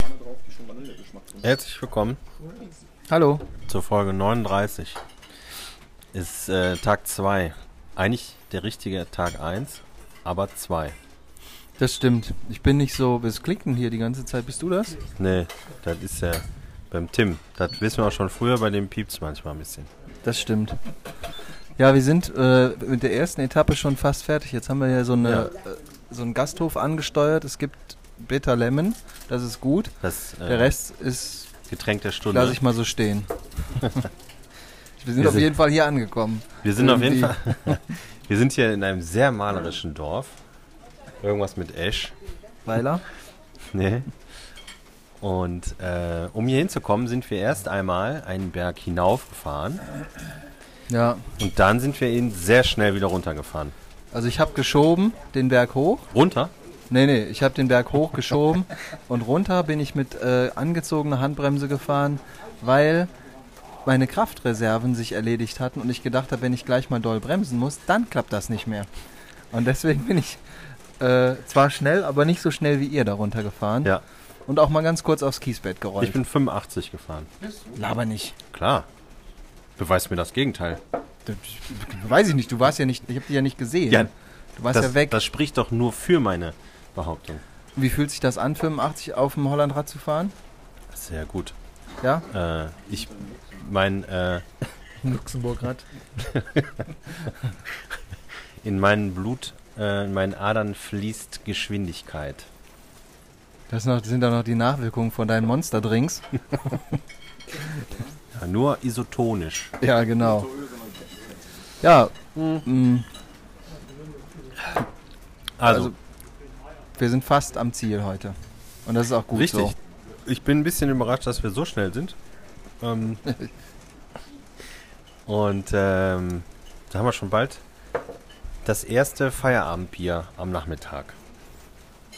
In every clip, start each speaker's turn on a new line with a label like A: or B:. A: heftig schon Vanillegeschmack drin.
B: Herzlich willkommen
C: Hallo.
B: zur Folge 39. Ist äh, Tag 2. Eigentlich der richtige Tag 1, aber 2.
C: Das stimmt. Ich bin nicht so bis Klicken hier die ganze Zeit. Bist du das?
B: Nee, Ne, das ist ja beim Tim. Das wissen wir auch schon früher, bei dem piept manchmal ein bisschen.
C: Das stimmt. Ja, wir sind äh, mit der ersten Etappe schon fast fertig. Jetzt haben wir ja so, eine,
B: Ja.
C: Äh, so einen Gasthof angesteuert. Es gibt Bitter Lemon. Das ist gut.
B: Das äh,
C: Der Rest ist,
B: Getränk der Stunde.
C: lasse ich mal so ne. stehen. wir sind
B: Wir
C: auf
B: sind-
C: jeden Fall hier angekommen.
B: wir sind auf jeden
C: irgendwie-
B: Fall. wir sind hier in einem sehr malerischen Dorf. Irgendwas mit Esch.
C: Weiler?
B: Nee. Und äh, um hier hinzukommen, sind wir erst einmal einen Berg hinaufgefahren
C: Ja.
B: und dann sind wir ihn sehr schnell wieder runtergefahren.
C: Also ich habe geschoben, den Berg hoch.
B: Runter?
C: Nee, nee, ich habe den Berg hochgeschoben und runter bin ich mit äh, angezogener Handbremse gefahren, weil meine Kraftreserven sich erledigt hatten und ich gedacht habe, wenn ich gleich mal doll bremsen muss, dann klappt das nicht mehr. Und deswegen bin ich äh, zwar schnell, aber nicht so schnell wie ihr darunter gefahren
B: Ja.
C: und auch mal ganz kurz aufs Kiesbett gerollt.
B: Ich bin 85 gefahren.
C: laber nicht.
B: Klar. Beweist mir das Gegenteil.
C: Das- Weiß ich nicht, du warst ja nicht, ich habe dich ja nicht gesehen.
B: Ja,
C: du warst
B: das,
C: ja weg.
B: das spricht doch nur für meine Behauptung.
C: Wie fühlt sich das an, 85 auf dem Hollandrad zu fahren?
B: Sehr gut.
C: Ja?
B: Äh, ich mein äh,
C: Luxemburgrad.
B: in meinem Blut, äh, in meinen Adern fließt Geschwindigkeit.
C: Das noch, sind doch noch die Nachwirkungen von deinen Monsterdrinks.
B: Ja, nur isotonisch.
C: Ja, genau. Ja, mm,
B: Also,
C: Also, wir sind fast am Ziel heute. Und das ist auch gut
B: Richtig.
C: so.
B: Ich bin ein bisschen überrascht, dass wir so schnell sind. Ähm, und ähm, da haben wir schon bald das erste Feierabendbier am Nachmittag.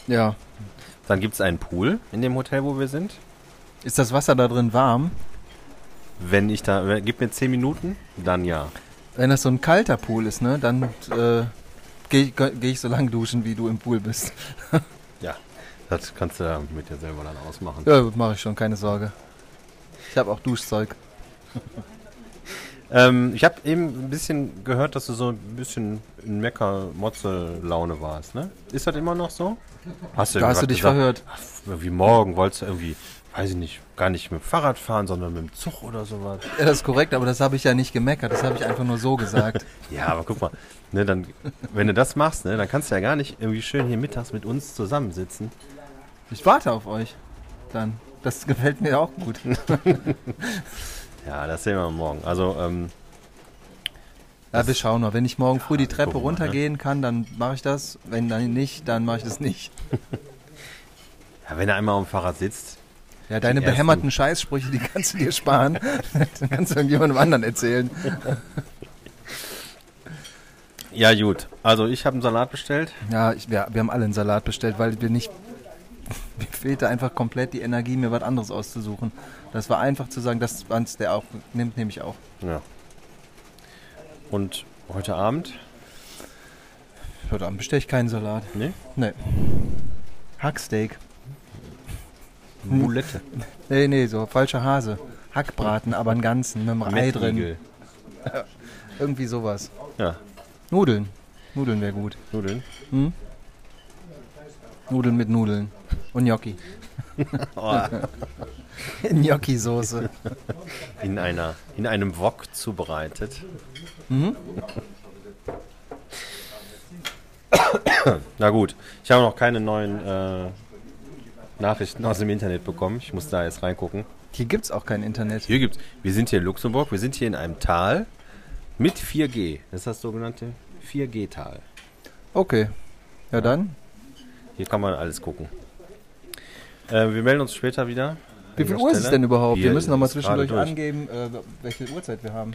C: Ja.
B: Dann gibt es einen Pool in dem Hotel, wo wir sind.
C: Ist das Wasser da drin warm?
B: Wenn ich da, wenn- gib mir 10 Minuten, dann ja.
C: Wenn das so ein kalter Pool ist, ne, dann äh, gehe ich, geh ich so lang duschen, wie du im Pool bist.
B: Das kannst du ja mit dir selber dann ausmachen.
C: Ja, mache ich schon, keine Sorge. Ich habe auch Duschzeug.
B: Ähm, ich habe eben ein bisschen gehört, dass du so ein bisschen in Mecker-Motze-Laune warst, ne? Ist das immer noch so? Hast
C: Da hast
B: irgendwas
C: du dich
B: gesagt?
C: verhört.
B: Ach, Irgendwie morgen wolltest du irgendwie, weiß ich nicht, gar nicht mit dem Fahrrad fahren, sondern mit dem Zug oder sowas.
C: Ja, das ist korrekt, aber das habe ich ja nicht gemeckert. Das habe ich einfach nur so gesagt.
B: Ja, aber guck mal, ne, dann, wenn du das machst, ne, dann kannst du ja gar nicht irgendwie schön hier mittags mit uns zusammensitzen.
C: Ich warte auf euch. Dann. Das gefällt mir auch gut.
B: Ja, das sehen wir morgen. Also, ähm,
C: Ja, wir schauen mal. Wenn ich morgen früh die Treppe
B: gucken wir mal, ne?
C: runtergehen kann, dann mache ich das. Wenn dann nicht, dann mache ich das nicht.
B: ja, wenn du einmal am Fahrrad sitzt,
C: Ja, deine
B: ersten.
C: behämmerten Scheißsprüche, die kannst du dir sparen. dann kannst du irgendjemandem anderen erzählen.
B: ja gut. Also, ich habe einen Salat bestellt.
C: Ja, ich, wir, wir haben alle einen Salat bestellt, weil wir nicht. Mir fehlte einfach komplett die Energie, mir was anderes auszusuchen. Das war einfach zu sagen, das wann's der auch nimmt, nehme ich auch.
B: Ja. Und heute Abend
C: Heute Abend bestelle ich keinen Salat.
B: Nee?
C: Nee. Hacksteak.
B: Mulette.
C: Nee, nee, so falscher Hase. Hackbraten, aber einen ganzen, mit einem Ei drin.
B: Mettigel.
C: Irgendwie sowas.
B: Ja,
C: Nudeln. Nudeln wäre gut.
B: Nudeln.
C: Nudeln mit Nudeln. Und Gnocchi.
B: Oh.
C: Gnocchi-Soße.
B: In, einer, in einem Wok zubereitet.
C: Mhm.
B: Na gut, ich habe noch keine neuen äh, Nachrichten aus dem Internet bekommen. Ich muss da jetzt reingucken.
C: Hier gibt's auch kein Internet.
B: Hier gibt's. Wir sind hier in Luxemburg, wir sind hier in einem Tal mit 4G. Das ist das sogenannte 4G-Tal.
C: Okay. Ja dann.
B: Hier kann man alles gucken. Äh, wir melden uns später wieder.
C: Wie
B: An
C: viel
B: dieser
C: Uhr ist es
B: Stelle.
C: denn überhaupt? Wir
B: Hier
C: müssen nochmal
B: ist es gerade
C: zwischendurch
B: durch.
C: angeben, äh, welche Uhrzeit wir haben.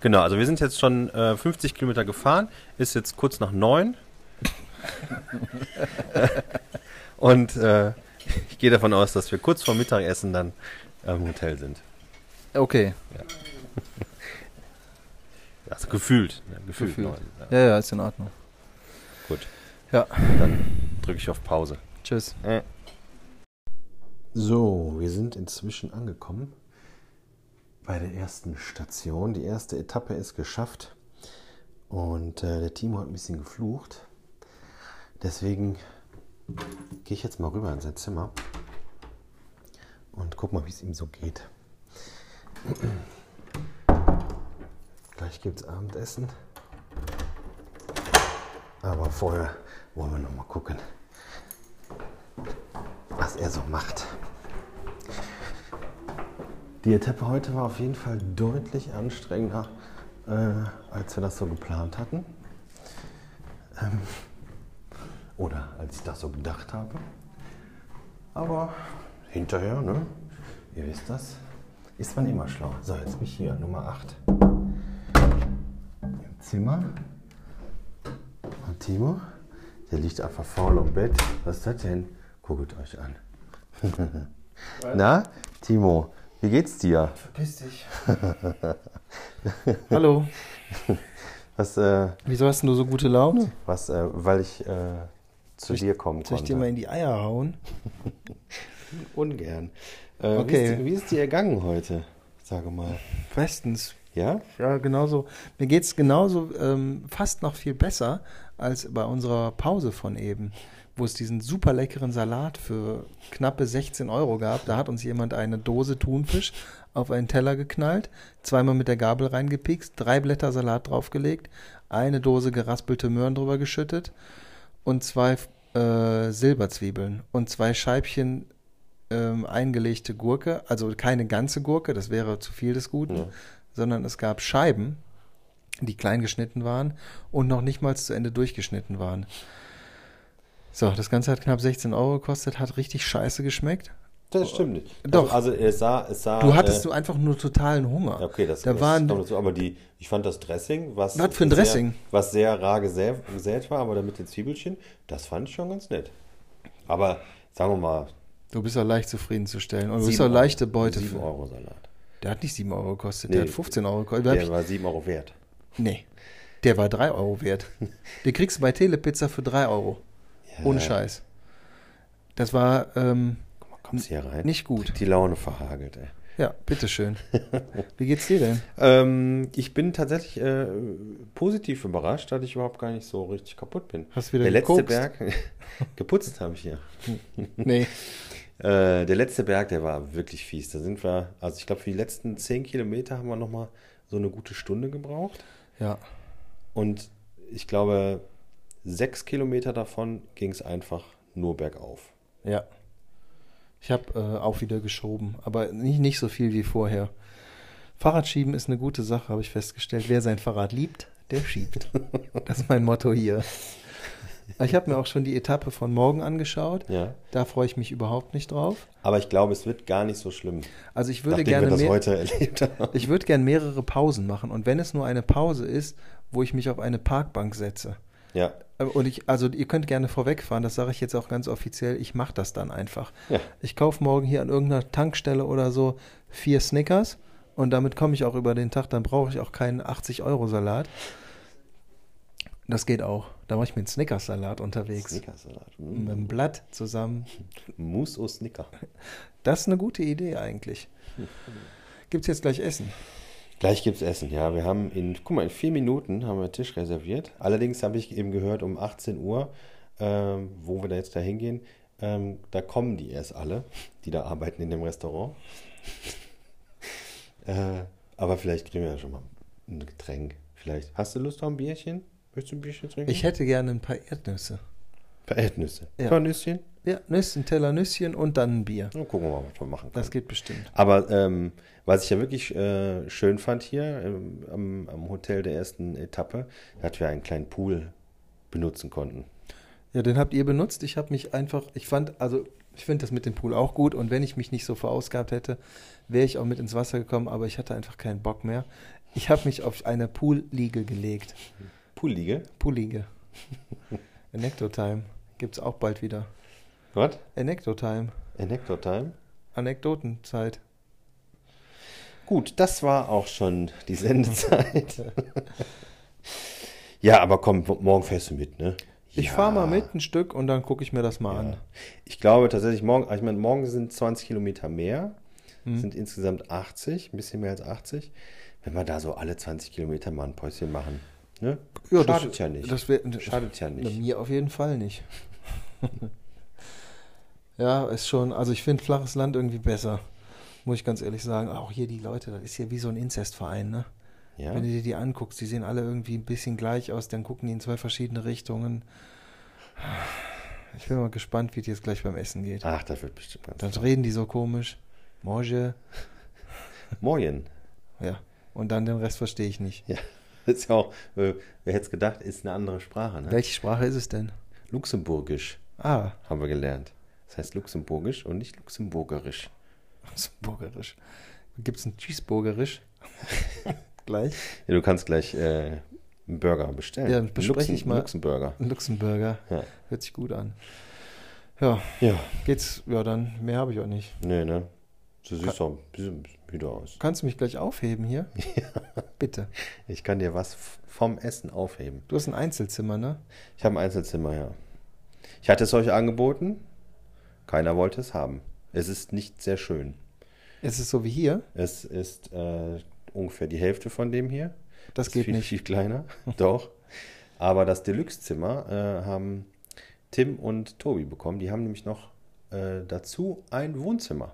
B: Genau, also wir sind jetzt schon äh, 50 Kilometer gefahren, ist jetzt kurz nach neun. Und äh, ich gehe davon aus, dass wir kurz vor Mittagessen dann am Hotel sind.
C: Okay.
B: Also gefühlt. Ne? Gefühlt.
C: Gefühlt.
B: neun, Ja.
C: Ja, ja, ist in Ordnung.
B: Gut.
C: Ja.
B: Dann drücke ich auf Pause.
C: Tschüss.
B: So, wir sind inzwischen angekommen bei der ersten Station. Die erste Etappe ist geschafft und äh, der Timo hat ein bisschen geflucht. Deswegen gehe ich jetzt mal rüber in sein Zimmer und guck mal, wie es ihm so geht. Gleich gibt es Abendessen. Aber vorher wollen wir noch mal gucken, was er so macht. Die Etappe heute war auf jeden Fall deutlich anstrengender, äh, als wir das so geplant hatten. Ähm, oder als ich das so gedacht habe. Aber hinterher, ne? Ihr wisst das. Ist man immer schlau. So, jetzt bin ich hier, Nummer 8. Im Zimmer. Und Timo, der liegt einfach faul im Bett. Was ist das denn? Guckt euch an. Na, Timo, wie geht's dir?
D: Verpiss dich. Hallo.
B: Was, äh,
D: Wieso hast denn du so gute Laune?
B: was, äh, weil ich äh, zu dir kommen
C: Soll ich dir mal in die Eier hauen?
B: Ungern. Äh,
D: Okay.
B: wie, ist, dir- wie ist dir ergangen heute? Sage mal.
C: Bestens.
B: Ja?
C: Ja, genauso. Mir geht es genauso ähm, fast noch viel besser als bei unserer Pause von eben, wo es diesen super leckeren Salat für knappe 16 Euro gab. Da hat uns jemand eine Dose Thunfisch auf einen Teller geknallt, zweimal mit der Gabel reingepikst, drei Blätter Salat draufgelegt, eine Dose geraspelte Möhren drüber geschüttet und zwei äh, Silberzwiebeln und zwei Scheibchen ähm, eingelegte Gurke, also keine ganze Gurke, das wäre zu viel des Guten, sondern es gab Scheiben, die klein geschnitten waren und noch nicht mal zu Ende durchgeschnitten waren. So, das Ganze hat knapp 16 Euro gekostet, hat richtig scheiße geschmeckt.
B: Das stimmt nicht.
C: Doch.
B: Also, also es sah, es sah.
C: Du hattest
B: äh,
C: du einfach nur totalen Hunger.
B: Okay, das,
C: da
B: das
C: waren,
B: kommt dazu. Aber die, ich fand das Dressing, was,
C: Was für ein
B: sehr,
C: Dressing?
B: was sehr rar gesä- gesät war, aber da mit den Zwiebelchen, das fand ich schon ganz nett. Aber sagen wir mal,
C: Du bist ja leicht zufriedenzustellen und du bist
B: sieben
C: ja
B: Euro-
C: leichte Beute.
B: sieben
C: Für,
B: Euro Salat.
C: der hat nicht 7 Euro gekostet,
B: Nee,
C: der hat 15 Euro gekostet. Da hab
B: Der
C: ich-
B: war 7 Euro wert.
C: Nee, der war 3 Euro wert. Den kriegst du bei Telepizza für 3 Euro.
B: Äh.
C: Ohne Scheiß. Das war ähm,
B: Kommst hier rein?
C: nicht gut.
B: Die Laune verhagelt, ey.
C: Ja, bitteschön. Wie geht's dir denn?
B: Ähm, ich bin tatsächlich äh, positiv überrascht, dass ich überhaupt gar nicht so richtig kaputt bin.
C: Hast wieder
B: der letzte
C: gekokst?
B: Berg, geputzt habe ich hier.
C: Nee.
B: Äh, der letzte Berg, der war wirklich fies. Da sind wir, also ich glaube, für die letzten 10 Kilometer haben wir nochmal so eine gute Stunde gebraucht.
C: Ja.
B: Und ich glaube, sechs Kilometer davon ging es einfach nur bergauf.
C: Ja. Ich habe äh, auch wieder geschoben, aber nicht, nicht so viel wie vorher. Fahrradschieben ist eine gute Sache, habe ich festgestellt. Wer sein Fahrrad liebt, der schiebt. Das ist mein Motto hier. Ich habe mir auch schon die Etappe von morgen angeschaut.
B: Ja.
C: Da freue ich mich überhaupt nicht drauf.
B: Aber ich glaube, es wird gar nicht so schlimm,
C: Also ich würde
B: nachdem
C: gerne
B: wir das
C: mehr-
B: heute erlebt haben.
C: Ich würde gern mehrere Pausen machen und wenn es nur eine Pause ist, wo ich mich auf eine Parkbank setze.
B: Ja,
C: Äh, Und ich, also ihr könnt gerne vorwegfahren, das sage ich jetzt auch ganz offiziell, ich mache das dann einfach.
B: Ja.
C: Ich kaufe morgen hier an irgendeiner Tankstelle oder so vier Snickers und damit komme ich auch über den Tag, dann brauche ich auch keinen 80-Euro-Salat. Das geht auch. Da mache ich mir einen Snickers-Salat unterwegs.
B: Snickersalat.
C: Mit
B: Mm.
C: einem Blatt zusammen.
B: Mousse au Snicker.
C: Das ist eine gute Idee eigentlich. Gibt es jetzt gleich Essen?
B: Gleich gibt's Essen, ja. Wir haben in, guck mal, in vier Minuten haben wir Tisch reserviert. Allerdings habe ich eben gehört, um 18 Uhr, ähm, wo wir da jetzt da hingehen, ähm, da kommen die erst alle, die da arbeiten in dem Restaurant. äh, aber vielleicht kriegen wir ja schon mal ein Getränk. Vielleicht. Hast du Lust auf ein Bierchen? Möchtest du ein Bierchen trinken?
C: Ich hätte gerne ein paar Erdnüsse.
B: Ein paar Erdnüsse.
C: Ja.
B: Ein paar Nüsschen?
C: Ja, Nüsse, ein Teller Nüsschen und dann ein Bier.
B: Dann gucken wir mal, was wir machen können.
C: Das geht bestimmt.
B: Aber ähm, was ich ja wirklich äh, schön fand hier ähm, am, am Hotel der ersten Etappe, dass wir einen kleinen Pool benutzen konnten.
C: Ja, den habt ihr benutzt. Ich habe mich einfach, ich fand, also ich finde das mit dem Pool auch gut und wenn ich mich nicht so verausgabt hätte, wäre ich auch mit ins Wasser gekommen, aber ich hatte einfach keinen Bock mehr. Ich habe mich auf eine Poolliege gelegt.
B: Poolliege?
C: Poolliege. Anecdotime. Gibt's auch bald wieder.
B: Was?
C: Anecdotime.
B: In Hector Time?
C: Anekdotenzeit.
B: Gut, das war auch schon die Sendezeit. ja, aber komm, morgen fährst du mit, ne?
A: Ich fahre mal mit ein Stück und dann gucke ich mir das mal an.
B: Ich glaube tatsächlich morgen, ich meine, morgen sind 20 Kilometer mehr,
A: Hm.
B: sind insgesamt 80, ein bisschen mehr als 80. Wenn wir da so alle 20 Kilometer mal ein Päuschen machen, ne?
A: Ja, das-
B: Schadet ja nicht.
A: Das wär,
B: Schadet ja nicht.
A: Na, Mir auf jeden Fall nicht. ja, ist schon, also ich finde flaches Land irgendwie besser. Muss ich ganz ehrlich sagen. Auch hier die Leute, das ist ja wie so ein Inzestverein, ne?
B: ja?
A: Wenn du dir die anguckst, die sehen alle irgendwie ein bisschen gleich aus, dann gucken die in zwei verschiedene Richtungen. Ich bin mal gespannt, wie dir jetzt gleich beim Essen geht.
B: Ach, das wird bestimmt ganz.
A: Dann reden die so komisch. Morge.
B: Moin.
A: Ja. Und dann den Rest verstehe ich nicht.
B: Ja, das ist ja auch, äh, wer hätte es gedacht, ist eine andere Sprache, ne?
A: Welche Sprache ist es denn?
B: Luxemburgisch
A: Ah,
B: haben wir gelernt. Das heißt Luxemburgisch und nicht Luxemburgerisch.
A: Also Burgerisch. Gibt es ein Cheeseburgerisch? Gleich.
B: Ja, du kannst gleich äh, einen Burger bestellen.
A: Ja,
B: Einen
A: bespreche
B: Luxem-
A: ich mal.
B: Luxemburger.
A: Ein Luxemburger.
B: Ja.
A: Hört sich gut an. Ja,
B: ja,
A: geht's. Ja, dann mehr habe ich auch nicht.
B: nee, ne? Du siehst doch ein bisschen müde aus.
A: Kannst du mich gleich aufheben hier? Bitte.
B: Ich kann dir was f- vom Essen aufheben.
A: Du hast ein Einzelzimmer, ne?
B: Ich habe ein Einzelzimmer, ja. Ich hatte es euch angeboten. Keiner wollte es haben. Es ist nicht sehr schön.
A: Es ist so wie hier.
B: Es ist äh, ungefähr die Hälfte von dem hier.
A: Das
B: Ist
A: geht
B: viel,
A: nicht.
B: Viel kleiner, doch. Aber das Deluxe-Zimmer äh, haben Tim und Tobi bekommen. Die haben nämlich noch äh, dazu ein Wohnzimmer.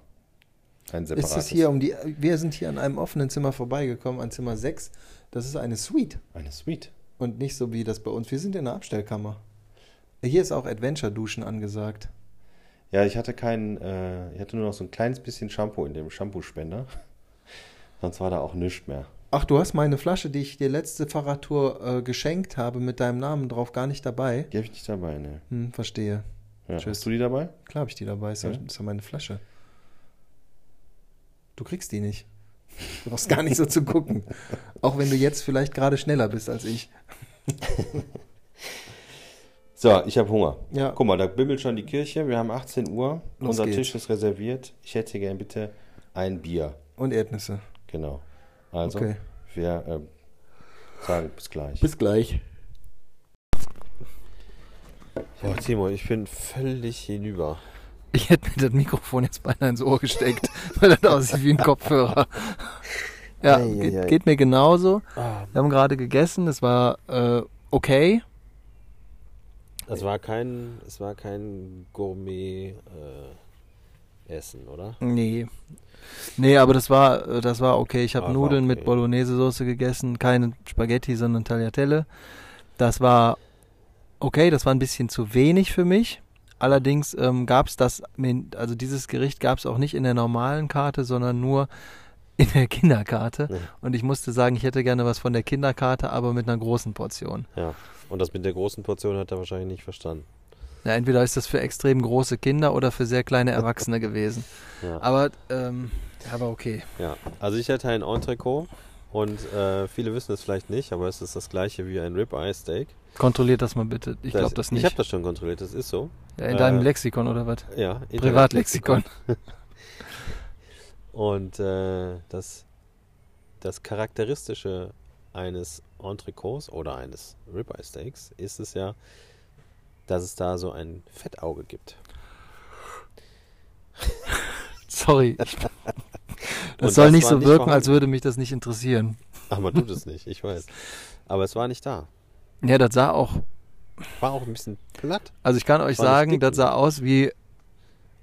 B: Ein
A: Ist
B: separates.
A: es hier um die. Wir sind hier an einem offenen Zimmer vorbeigekommen, an Zimmer 6. Das ist eine Suite.
B: Eine Suite.
A: Und nicht so wie das bei uns. Wir sind in der Abstellkammer. Hier ist auch Adventure-Duschen angesagt.
B: Ja, ich hatte keinen, äh, ich hatte nur noch so ein kleines bisschen Shampoo in dem Shampoospender. Sonst war da auch nichts mehr.
A: Ach, du hast meine Flasche, die ich dir letzte Fahrradtour äh, geschenkt habe, mit deinem Namen drauf, gar nicht dabei.
B: Die habe ich nicht dabei, ne?
A: Hm, verstehe.
B: Ja.
A: Tschüss.
B: Hast du die dabei?
A: Klar habe ich die dabei. Ist ja.
B: Ja.
A: ist ja meine Flasche. Du kriegst die nicht. Du brauchst gar nicht so zu gucken. Auch wenn du jetzt vielleicht gerade schneller bist als ich.
B: So, ich habe Hunger.
A: Ja.
B: Guck mal, da bimmelt schon die Kirche. Wir haben 18 Uhr.
A: Los
B: Unser
A: geht's.
B: Tisch ist reserviert. Ich hätte gern bitte ein Bier.
A: Und Erdnüsse.
B: Genau. Also,
A: Okay.
B: wir ähm, sagen bis gleich.
A: gleich.
B: Boah, Timo, ich bin völlig hinüber.
C: Ich hätte mir das Mikrofon jetzt beinahe ins Ohr gesteckt, weil das aussieht wie ein Kopfhörer. Ja,
B: Ei, ei, ei.
C: geht, geht mir genauso.
A: Ah.
C: Wir haben gerade gegessen, es war äh, okay.
E: Es war kein, es war kein
B: äh,
E: Gourmet-Essen, oder?
C: Nee. Nee, aber das war, äh, das war okay. Ich
E: Ah,
C: habe
E: war
C: Nudeln
E: okay.
C: mit Bolognese-Soße gegessen, keine Spaghetti, sondern Tagliatelle. Das war okay, das war ein bisschen zu wenig für mich. Allerdings ähm, gab es das, Men- also dieses Gericht gab es auch nicht in der normalen Karte, sondern nur in der Kinderkarte.
E: Mhm.
C: Und ich musste sagen, ich hätte gerne was von der Kinderkarte, aber mit einer großen Portion.
E: Ja. Und das mit der großen Portion hat er wahrscheinlich nicht verstanden.
C: Ja, entweder ist das für extrem große Kinder oder für sehr kleine Erwachsene gewesen.
E: Ja.
C: Aber, ähm, aber okay.
E: ja. Also ich hatte ein Entrecot und äh, viele wissen es vielleicht nicht, aber es ist das gleiche wie ein Ribeye-Steak.
C: Kontrolliert das mal bitte. Ich glaube das nicht.
E: Ich habe das schon kontrolliert, das ist so.
C: Ja, in deinem
E: Äh,
C: Lexikon oder was?
E: Ja.
C: Privatlexikon.
E: Und äh, das, das Charakteristische eines Entrecots oder eines Ribeye Steaks ist es ja, dass es da so ein Fettauge gibt.
C: Sorry. Ich, das
E: das
C: soll nicht
E: war
C: so
E: nicht
C: wirken,
E: vorhanden.
C: als würde mich das nicht interessieren.
E: Aber man tut es nicht, ich weiß. Aber es war nicht da.
C: Ja, das sah auch.
E: War auch ein bisschen platt.
C: Also ich kann euch
E: War das
C: sagen,
E: dick?
C: das sah aus wie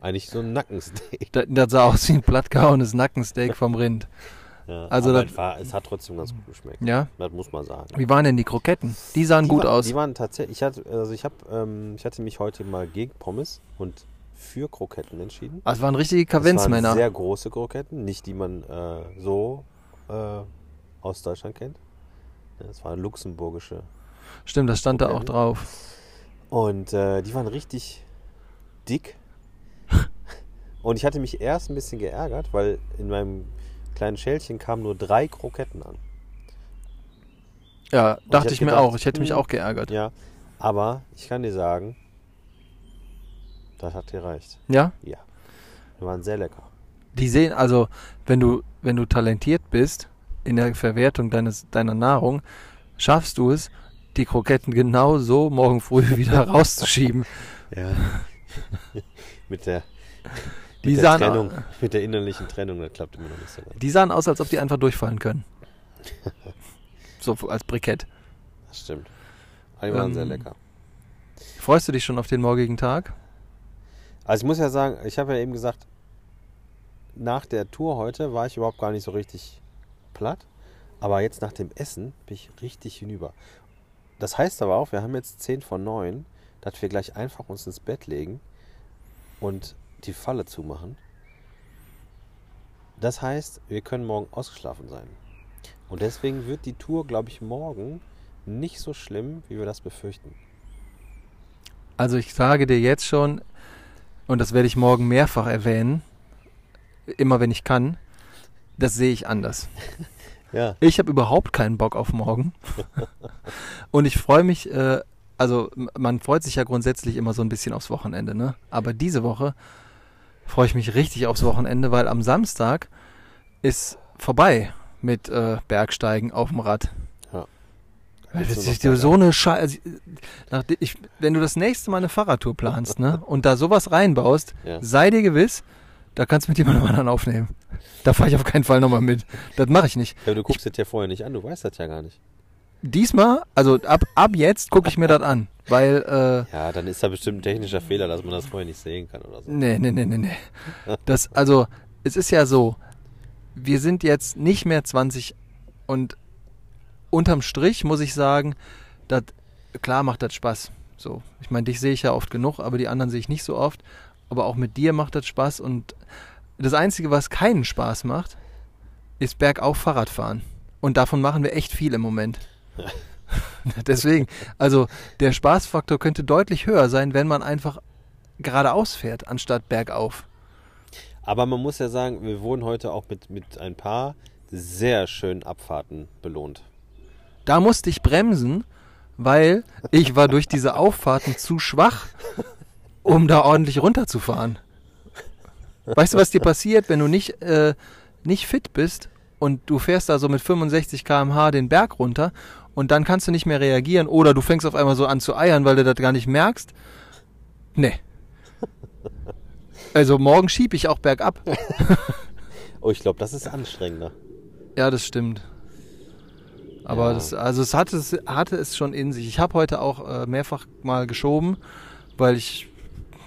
E: Eigentlich so ein Nackensteak.
C: das, das sah aus wie ein plattgehauenes Nackensteak vom Rind.
E: Ja,
C: Also
E: aber
C: das-
E: es, war, es hat trotzdem ganz gut geschmeckt.
C: Ja.
E: Das muss man sagen.
C: Wie waren denn die Kroketten? Die sahen
E: Die
C: gut
E: wa-
C: aus.
E: Die waren tatsächlich. Ich hatte, also ich, hab, ähm, ich hatte mich heute mal gegen Pommes und für Kroketten entschieden.
C: Ah, es waren richtige
E: Das waren
C: Kaventsmänner.
E: Sehr große Kroketten, nicht die man äh, so äh, aus Deutschland kennt. Ja, Das waren luxemburgische.
C: Stimmt, das stand da auch
E: Kroketten.
C: drauf.
E: Und äh, die waren richtig dick. Und ich hatte mich erst ein bisschen geärgert, weil in meinem kleinen Schälchen kamen nur drei Kroketten an.
C: Ja,
E: Oh, ich
C: dachte
E: hab
C: ich, mir
E: gedacht,
C: auch. Ich hätte mich
E: hm,
C: auch geärgert.
E: Ja, aber ich kann dir sagen, das hat gereicht.
C: ja?
E: Ja. Die waren sehr lecker.
C: die sehen, also wenn du, wenn du talentiert bist in der Verwertung deines, deiner Nahrung, schaffst du es, die Kroketten genau so morgen früh wieder rauszuschieben.
B: Ja. mit der,
C: Die
B: mit der
C: sahen-
B: Trennung, mit der innerlichen Trennung, das klappt immer noch nicht so ganz.
C: Die sahen aus, als ob die einfach durchfallen können. So als Brikett.
B: Das stimmt. Aber die waren
C: Ähm,
B: sehr lecker.
C: Freust du dich schon auf den morgigen Tag?
B: Also ich muss ja sagen, ich habe ja eben gesagt, nach der Tour heute war ich überhaupt gar nicht so richtig platt. Aber jetzt nach dem Essen bin ich richtig hinüber. Das heißt aber auch, wir haben jetzt 10 von 9, dass wir gleich einfach uns ins Bett legen und die Falle zumachen. Das heißt, wir können morgen ausgeschlafen sein. Und deswegen wird die Tour, glaube ich, morgen nicht so schlimm, wie wir das befürchten.
C: Also ich sage dir jetzt schon, und das werde ich morgen mehrfach erwähnen, immer wenn ich kann, das sehe ich anders.
B: Ja,
C: Ich habe überhaupt keinen Bock auf morgen. Und ich freue mich, äh, also m- man freut sich ja grundsätzlich immer so ein bisschen aufs Wochenende, ne? Aber diese Woche freue ich mich richtig aufs Wochenende, weil am Samstag ist vorbei mit äh, Bergsteigen auf dem Rad. Das
B: Jetzt nur
C: ist
B: noch
C: so eine Scheiße. Also, nachdem ich, wenn du das nächste Mal eine Fahrradtour planst ne, und da sowas reinbaust,
B: Ja.
C: sei dir gewiss, da kannst du mit jemandem anderen aufnehmen. Da fahre ich auf keinen Fall nochmal mit. Das mache ich nicht.
B: Ja, aber du guckst es dir vorher nicht an, du weißt das ja gar nicht.
C: Diesmal, also ab, ab jetzt gucke ich mir das an, weil, äh,
B: Ja, dann ist da bestimmt ein technischer Fehler, dass man das vorher nicht sehen kann oder so.
C: nee, nee, nee, nee, nee. Das, also, es ist ja so, wir sind jetzt nicht mehr 20 und unterm Strich muss ich sagen, das, klar macht das Spaß. So, ich meine, dich sehe ich ja oft genug, aber die anderen sehe ich nicht so oft. Aber auch mit dir macht das Spaß und das Einzige, was keinen Spaß macht, ist bergauf Fahrradfahren. Und davon machen wir echt viel im Moment. Deswegen, also der Spaßfaktor könnte deutlich höher sein, wenn man einfach geradeaus fährt, anstatt bergauf.
B: Aber man muss ja sagen, wir wurden heute auch mit, mit ein paar sehr schönen Abfahrten belohnt.
C: Da musste ich bremsen, weil ich war durch diese Auffahrten zu schwach, um da ordentlich runterzufahren. Weißt du, was dir passiert, wenn du nicht, äh, nicht fit bist und du fährst da so mit 65 km/h den Berg runter und dann kannst du nicht mehr reagieren oder du fängst auf einmal so an zu eiern, weil du das gar nicht merkst? Nee. Also morgen schiebe ich auch bergab.
B: Oh, ich glaube, das ist anstrengender.
C: Ja, das stimmt. Aber
B: Ja.
C: das, also es hatte, es hatte es schon in sich. Ich habe heute auch äh, mehrfach mal geschoben, weil ich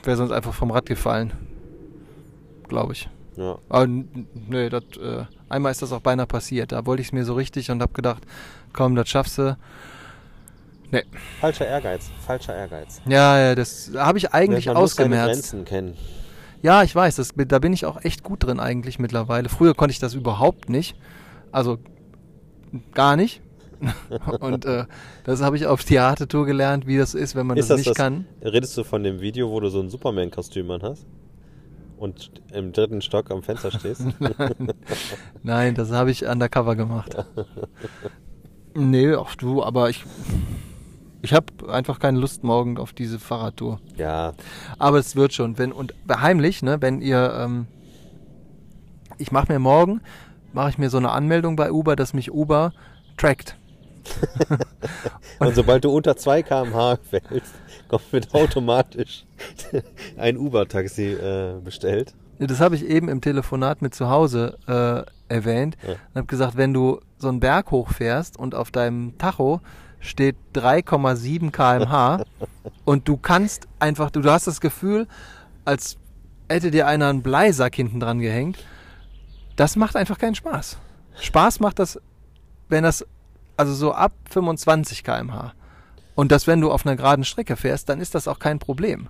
C: wäre sonst einfach vom Rad gefallen. Glaube ich.
B: Ja.
C: Aber n- nee, das, äh, einmal ist das auch beinahe passiert. Da wollte ich es mir so richtig und habe gedacht, komm, das schaffst du.
B: Falscher Ehrgeiz, falscher Ehrgeiz.
C: Ja, ja, das habe ich eigentlich
B: Man muss seine
C: ausgemerzt.
B: Grenzen kennen.
C: Ja, ich weiß, das, da bin ich auch echt gut drin eigentlich mittlerweile. Früher konnte ich das überhaupt nicht. Also gar nicht. Und äh, das habe ich auf Theatertour gelernt, wie das ist, wenn man das,
B: Ist das
C: nicht
B: das-
C: kann.
B: Redest du von dem Video, wo du so ein Superman-Kostüm an hast und im dritten Stock am Fenster stehst?
C: Nein, das habe ich undercover gemacht. nee, ach du, aber ich, ich habe einfach keine Lust morgen auf diese Fahrradtour.
B: ja,
C: Aber es wird schon. Wenn, und heimlich, ne, wenn ihr, ähm, ich mache mir morgen, mache ich mir so eine Anmeldung bei Uber, dass mich Uber trackt.
B: Und sobald du unter 2 km/h fällst, kommt wird automatisch ein Uber-Taxi äh, bestellt.
C: Das habe ich eben im Telefonat mit zu Hause äh, erwähnt
B: Ja.
C: und habe gesagt, wenn du so einen Berg hochfährst und auf deinem Tacho steht 3,7 km/h und du kannst einfach, du, du hast das Gefühl, als hätte dir einer einen Bleisack hinten dran gehängt. Das macht einfach keinen Spaß. Spaß macht das, wenn das, also so ab 25 km/h. Und das, wenn du auf einer geraden Strecke fährst, dann ist das auch kein Problem.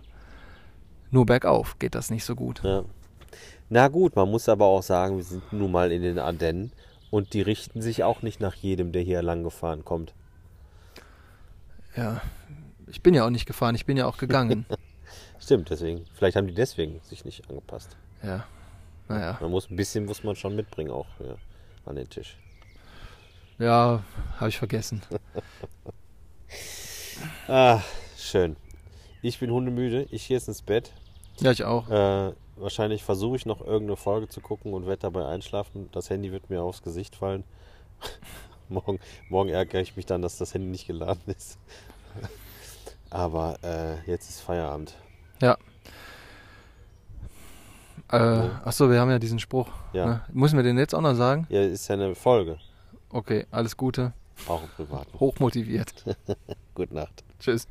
C: Nur bergauf geht das nicht so gut.
B: Ja. Ne? Na gut, man muss aber auch sagen, wir sind nun mal in den Ardennen und die richten sich auch nicht nach jedem, der hier lang gefahren kommt.
C: Ja. Ich bin ja auch nicht gefahren, ich bin ja auch gegangen.
B: Stimmt, deswegen. Vielleicht haben die deswegen sich nicht angepasst.
C: ja. Naja.
B: Man muss ein bisschen muss man schon mitbringen auch ja, an den Tisch.
C: Ja, habe ich vergessen.
B: Ah, schön. Ich bin hundemüde. Ich gehe jetzt ins Bett.
C: Ja, ich auch.
B: Äh, wahrscheinlich versuche ich noch irgendeine Folge zu gucken und werde dabei einschlafen. Das Handy wird mir aufs Gesicht fallen. morgen, morgen ärgere ich mich dann, dass das Handy nicht geladen ist. Aber äh, jetzt ist Feierabend.
C: Ja. Äh, achso, wir haben ja diesen Spruch.
B: Ja.
C: Ne? Müssen wir den jetzt auch noch sagen?
B: Ja, ist ja eine Folge.
C: Okay, alles Gute.
B: Auch im Privaten.
C: Hochmotiviert.
B: Gute Nacht.
C: Tschüss.